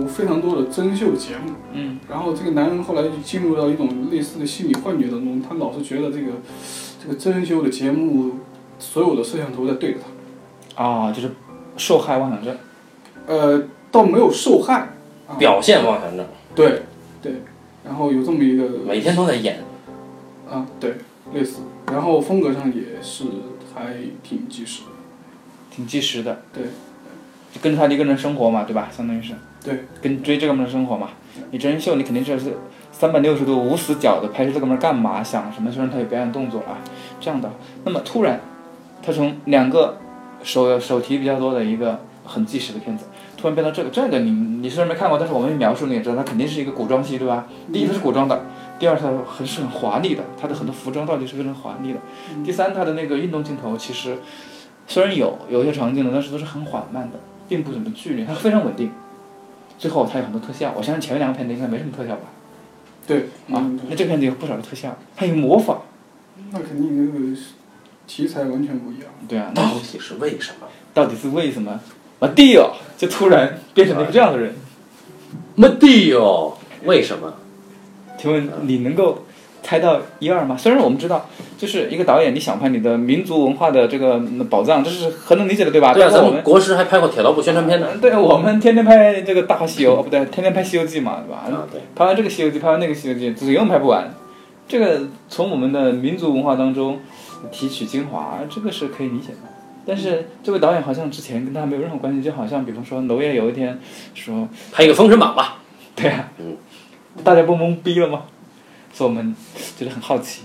有非常多的真人秀节目。
嗯，
然后这个男人后来就进入到一种类似的心理幻觉当中，他老是觉得这个这个真人秀的节目，所有的摄像头在对着他。
啊、就是受害妄想症，
呃，倒没有受害，啊
表现妄想症，
对对，然后有这么一个
每天都在演，
啊，对，类似，然后风格上也是还挺及时的，
挺及时的。
对。
就跟着他一个人生活嘛，对吧？相当于是。
对。
跟追这个人生活嘛，你真人秀你肯定是三百六十度无死角的拍摄这哥们儿干嘛，想什么就让他有表演动作啊，这样的。那么突然，他从两个手手提比较多的一个很纪实的片子，突然变到这个这个你你虽然没看过，但是我们描述你也知道，它肯定是一个古装戏，对吧？第一它是古装的，第二它很是很华丽的，它的很多服装道具是非常华丽的，
嗯
第三它的那个运动镜头其实虽然有有一些场景的，但是都是很缓慢的，并不怎么剧烈，它非常稳定。最后它有很多特效，我相信前面两个片子应该没什么特效吧？
对，
啊
嗯，
那这个片子有不少的特效，它有模仿，
那肯定那个题材完全不一样。
对啊，那
到底是为什么？
到底是为什么？马蒂奥就突然变成了一个这样的人，
没地哟，为什么？
请问你能够猜到一二吗？虽然我们知道，就是一个导演，你想拍你的民族文化的这个嗯宝藏，这是很能理解的，对吧？
对啊，
但
咱
是我
们
们
国师还拍过铁道部宣传片呢。
对我们天天拍这个《大话西游》，哦不对，天天拍《西游记》嘛，对吧？
啊，对，
拍完这个《西游记》，拍完那个《西游记》，永远拍不完。这个从我们的民族文化当中提取精华，这个是可以理解的。但是这位导演好像之前跟他没有任何关系，就好像比方说娄烨有一天说
拍一个《封神榜》吧。：“
对啊，
嗯
大家不懵逼了吗？”所以我们觉得很好奇。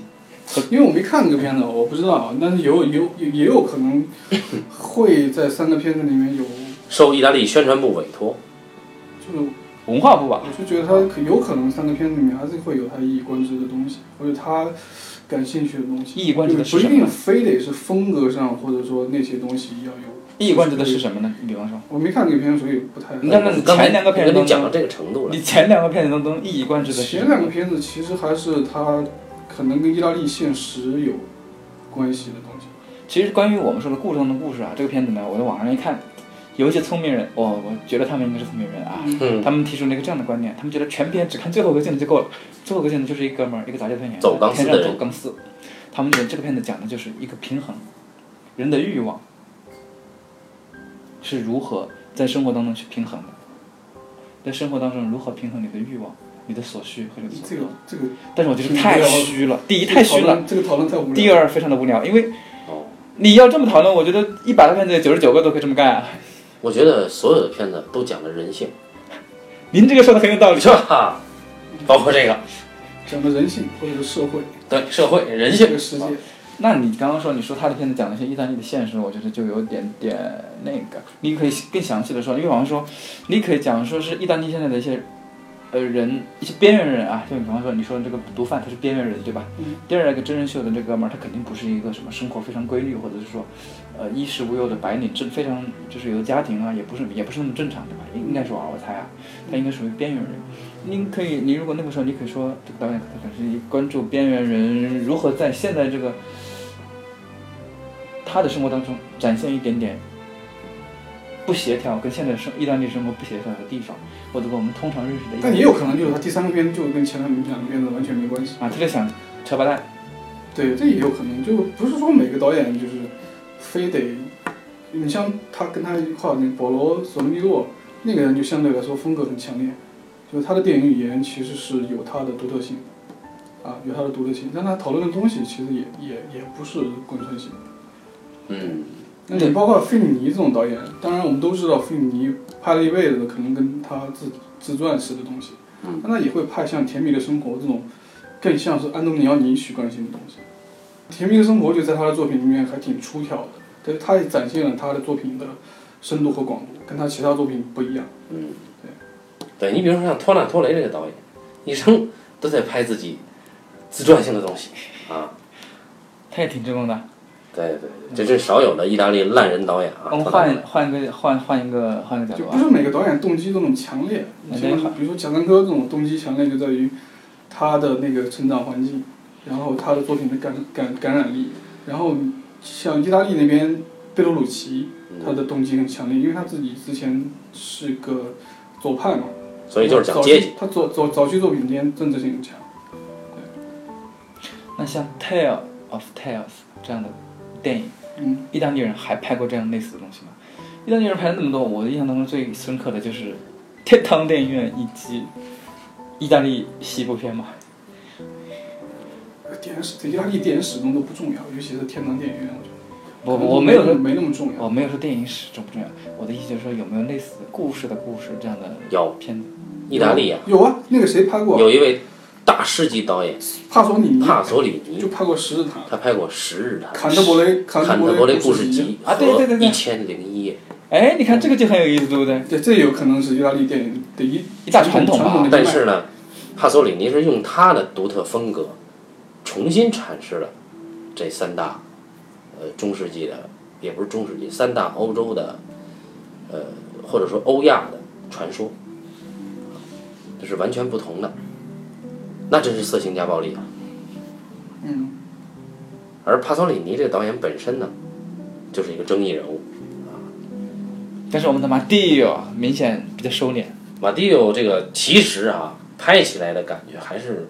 因为我没看这个片子，我不知道，啊但是有有有也有可能会在三个片子里面有，
受意大利宣传部委托，
就是
文化部吧，
我就觉得它可有可能三个片子里面还是会有它一以贯之的东西，或者他感兴趣的东西。
一以贯之的
就是不
什
一
么
定
呢？
非得是风格上，或者说那些东西要有。
一以贯之的是什么呢？你比方说，
我没看这个片子，所以不太。
你看那
刚才
前两个片
我
子
跟
当
你讲到
中，
这嗯个程度了，
你前两个片子当中一以贯之的是
前
什么
两个片子其实还是它可能跟意大利现实有关系的东西。
其实关于我们说的故事中的故事啊，这个片子呢，我在网上一看，有一些聪明人，我我觉得他们应该是聪明人啊，
嗯，
他们提出了一个这样的观念，他们觉得全片只看最后一个镜头就够了，最后一个镜头就是一哥们儿，一个杂交团员
走钢丝
天
的人
上走钢丝，他们觉得这个片子讲的就是一个平衡，人的欲望是如何在生活当中去平衡的，在生活当中如何平衡你的欲望、你的所需和你的所
这个
得，
这嗯个
但是我觉得太虚了，第一太虚了，，
这个讨论太无聊。
第二非常的无聊，因为。
哦，
你要这么讨论，我觉得一百个片子九十九个都可以这么干啊。
我觉得所有的片子都讲了人性，
您这个说的很有道理，
这哈，包括这个
讲的人性或者是社会，
对社会人
这
性
个世界，
那你刚刚说，你说他的片子讲了一些意大利的现实，我觉得就有点点那个。你可以更详细的说，因为好像说，你可以讲说是意大利现在的一些，呃人，一些边缘人啊，就比方说你说的这个毒贩，他是边缘人，对吧？
嗯
第二个真人秀的这哥们儿，他肯定不是一个什么生活非常规律，或者是说，呃衣食无忧的白领，这非常就是有家庭啊，也不是也不是那么正常，对吧？应该说啊，我猜啊，他应该属于边缘人。您可以，你如果那个时候，你可以说这个导演他可能是关注边缘人如何在现在这个他的生活当中展现一点点不协调，跟现在生意大利生活不协调的地方，或者跟我们通常认识的意大利。
但也有可能就是他第三个片就跟前两两个片子完全没关系。
啊，他就想扯白蛋，
对，这也有可能，就不是说每个导演就是非得，你像他跟他一块儿那个保罗·索伦蒂诺那个人就相对来说风格很强烈，就是他的电影语言其实是有他的独特性，啊，有他的独特性，但他讨论的东西其实也也也不是贯穿性。
嗯，
那你包括费里尼这种导演，当然我们都知道费里尼拍了一辈子，可能跟他自自传式的东西，
嗯
但他也会拍像《甜蜜的生活》这种，更像是安东尼奥尼去关心的东西。《甜蜜的生活》就在他的作品里面还挺出挑的，但是他也展现了他的作品的深度和广度，跟他其他作品不一样。
对你比如说像托纳托雷这个导演，一生都在拍自己自传性的东西啊，
他也挺成功的。
对对对，这是少有的意大利烂人导演啊，
我们
托纳托
换
雷
换一个换换一个换一个角
就
度
不
啊，
是每个导演动机都那么强烈，
那
嗯
你
这
像
好
比如说贾樟柯这种动机强烈就在于他的那个成长环境，然后他的作品的感感感染力，然后像意大利那边贝多鲁奇，
嗯
他的动机很强烈，因为他自己之前是个左派嘛，
所以就是讲
早
阶
期
级，
他早早早期作品间政治性很强，
那像《Tale of Tales》这样的电影，
嗯，
意大利人还拍过这样类似的东西吗？意大利人拍了那么多，我的印象当中最深刻的就是《天堂电影院》以及意大利西部片嘛。
电视
嗯
意大利电影始终都不重要，尤其是天堂电影院，我觉得
我
可能
我没有说
没那么重要。
我哦没有说电影史重不重要，我的意思就是说有没有类似的故事的故事这样的
有
片子。
意大
嗯
利啊，
有啊，那个谁拍过
有一位大师级导演
帕索里尼，
帕索里尼
就，拍过《十日谈》。
他拍过《十日谈》
坎特伯雷，
《
坎
坎特伯雷故
故
事
集，
集》
啊
和
对对对
《
对
一千零一夜
哎，你看这个就很有意思，对不对？
对，这有可能是意大利电影的一
一大传统吧
传统的一脉
但是呢，帕索里尼是用他的独特风格，重新阐释了这三大，呃，中世纪的，也不是中世纪，三大欧洲的，呃，或者说欧亚的传说，这是完全不同的。那真是色情加暴力啊！
嗯，
而帕索里尼这个导演本身呢，就是一个争议人物。
但是我们的马蒂奥啊明显比较收敛，
马蒂奥这个其实啊，拍起来的感觉还是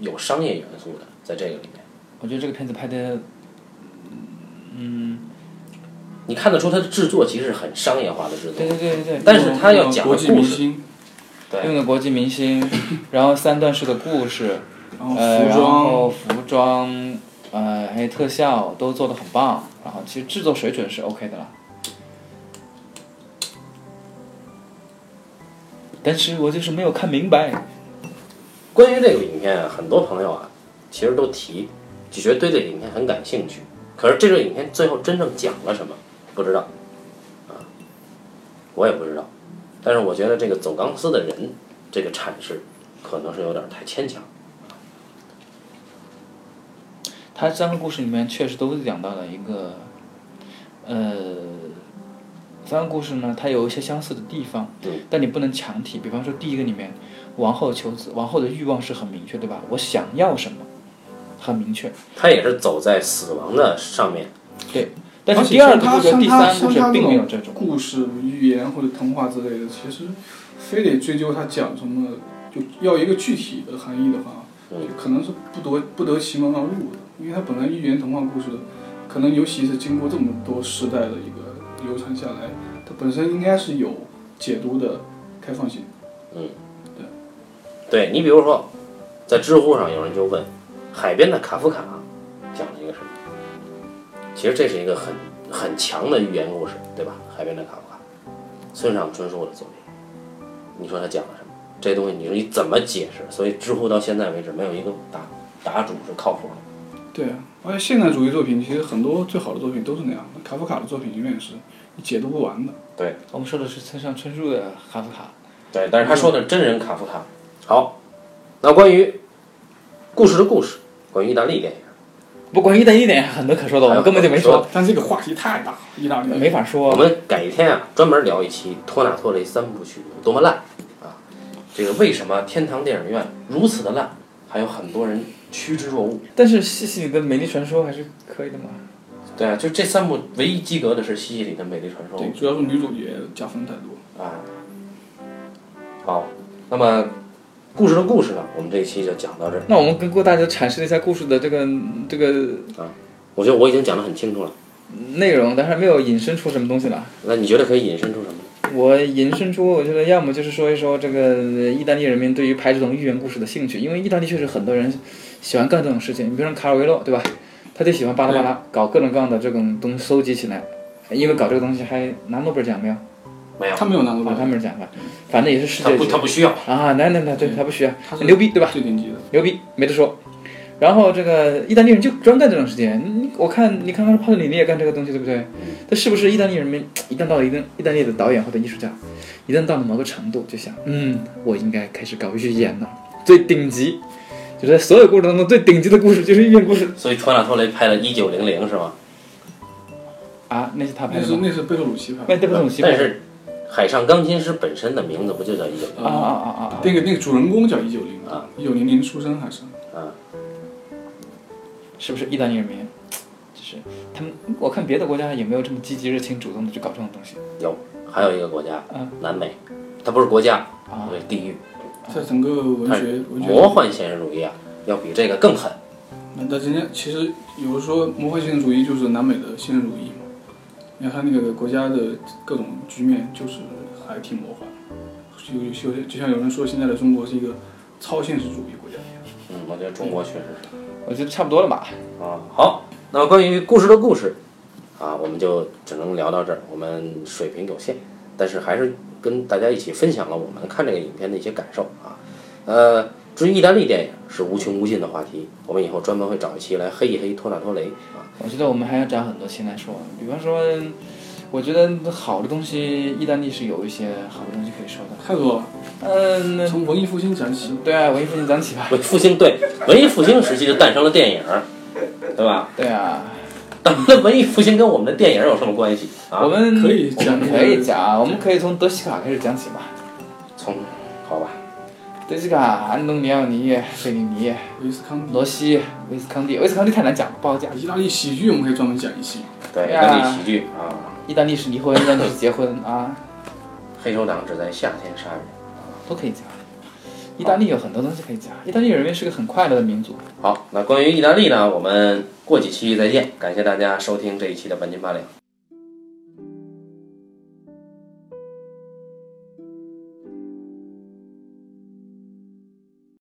有商业元素的，在这个里面，
我觉得这个片子拍的，嗯，
你看得出它的制作其实是很商业化的制
对
作。
对对对对，
但是他要讲的
国际明
故事，
星，
用的国际明
[LAUGHS]
星，然后三段式的故事，
然后
呃，
服
然
装，
后服装，呃，还有特效都做得很棒，然后其实制作水准是 OK 的了。但是我就是没有看明白，
关于这个影片啊，很多朋友啊，其实都提，就觉得对这个影片很感兴趣。可是这个影片最后真正讲了什么，不知道，啊，我也不知道。但是我觉得这个走钢丝的人，这个阐释可能是有点太牵强。
他三个故事里面确实都讲到了一个，呃，三个故事呢，它有一些相似的地方，
嗯
但你不能强体。比方说第一个里面，王后求子，王后的欲望是很明确，对吧？我想要什么，很明确。
他也是走在死亡的上面，
但是
而且
第二个
像他
故事、
像
第
他
三个故事
像他
并没有
这
这种。
种故事、寓言或者童话之类的，其实非得追究它讲什么，就要一个具体的含义的话，
嗯
就可能是不得不得其门而入的，因为它本来寓言童话故事，可能尤其是经过这么多时代的一个流传下来，它本身应该是有解读的开放性。
对你比如说，在知乎上有人就问，海边的卡夫卡讲了一个什么？其实这是一个很很强的寓言故事，对吧？海边的卡夫卡，村上春树的作品，你说他讲了什么？这东西你说你怎么解释？所以知乎到现在为止没有一个答答主是靠谱的。
对啊，而且现代主义作品其实很多最好的作品都是那样的，卡夫卡的作品永远是你解读不完的。
我们说的是村上春树的卡夫卡，
对，但是他说的是真人卡夫卡。好，那关于故事的故事，关于意大利电影，
不关于一点一点很多可说的，我们根本就没
[LAUGHS]
说，
但这个话题太大了，意大利
没法
我
说。
们改天啊，专门聊一期托纳托雷三部曲有多么烂啊！这个为什么天堂电影院如此的烂，还有很多人趋之若鹜。
但是西西里的美丽传说还是可以的嘛。
对啊，就这三部唯一及格的是《西西里的美丽传说
对，主要是女主角加分太多。》
啊。好，那么故事的故事呢，我们这一期就讲到这儿。
那我们跟过大家阐释了一下故事的这个这个
我觉得我已经讲得很清楚了，
内容，但是没有引申出什么东西来。
那你觉得可以引申出什么？
我引申出，我觉得要么就是说一说这个呃意大利人民对于拍这种寓言故事的兴趣，因为意大利确实很多人喜欢干这种事情。你比如说卡尔维洛，对吧？他就喜欢巴拉巴拉搞各种各样的这种东西收集起来，因为搞这个东西还拿诺贝尔奖没有？
没有，
他没有拿过
啊，他们是奖吧，反正也是世
他
界
不，
级
他不需要。
啊，那那那对他不需要，
他是
牛逼对吧？
最顶级的，
牛逼，没得说。然后这个意大利人就专干这种事情，嗯我看你看看帕特里尼也干这个东西，对不对？他是不是意大利人民一旦到了一定意大利的导演或者艺术家，一旦到了某个程度，就想，嗯，我应该开始搞寓言了，最顶级，就是在所有故事当中最顶级的故事就是寓言故事
所以托纳托雷拍了《一九零零》是吗？
啊，那是他拍
那
的
是
吗？
那是贝鲁奇拍
那
的，
对不起，我媳妇
但是海上钢琴师本身的名字不就叫《一九零零》？
啊啊啊啊啊！
呃那个那个主人公叫一九零
啊，
一九零零出生还是？
是不是意大利人民？就是他们，我看别的国家也没有这么积极、热情、主动的去搞这种东西
还有一个国家，
嗯
南美，它不是国家，
啊。
对地域，
在整个文
哎
学文
哦
魔
学，
幻现实主义啊，要比这个更狠。
那但人家其实有人说魔幻现实主义就是南美的现实主义嘛，你看他那个国家的各种局面就是还挺魔幻的，有有有就像有人说现在的中国是一个超现实主义国家一样。
嗯，我觉得中国确实是。
我觉得差不多了吧。
啊，好，那关于故事的故事，啊，我们就只能聊到这儿，我们水平有限，但是还是跟大家一起分享了我们看这个影片的一些感受啊。呃，至于意大利电影是无穷无尽的话题，我们以后专门会找一期来黑一黑托纳托雷 [LAUGHS] 啊。
我觉得我们还要找很多新来说，比方说，我觉得好的东西，意大利是有一些好的东西可以说的。
太多了，
嗯，那
从文艺复兴讲起，
对啊，文艺复兴讲起吧。
文艺复兴对文艺复兴时期就诞生了电影，对吧？
对啊，
当然，文艺复兴跟我们的电影有什么关系啊？
我们
可以讲
我们可以讲，我们可以从德西卡开始讲起嘛。
从好吧，
德西卡、安东尼奥尼、费里尼、
威斯康
罗西、威斯康蒂，威斯康蒂太难讲了，不好讲。
意大利喜剧我们可以专门讲一期。
对，
对
意
啊
大利喜剧啊，
意大利是离婚，意大利是结婚啊，
黑手党只在夏天杀人。
都可以讲。意大利有很多东西可以讲，意大利人民是个很快乐的民族。
好，那关于意大利呢，我们过几期再见。感谢大家收听这一期的半斤八两，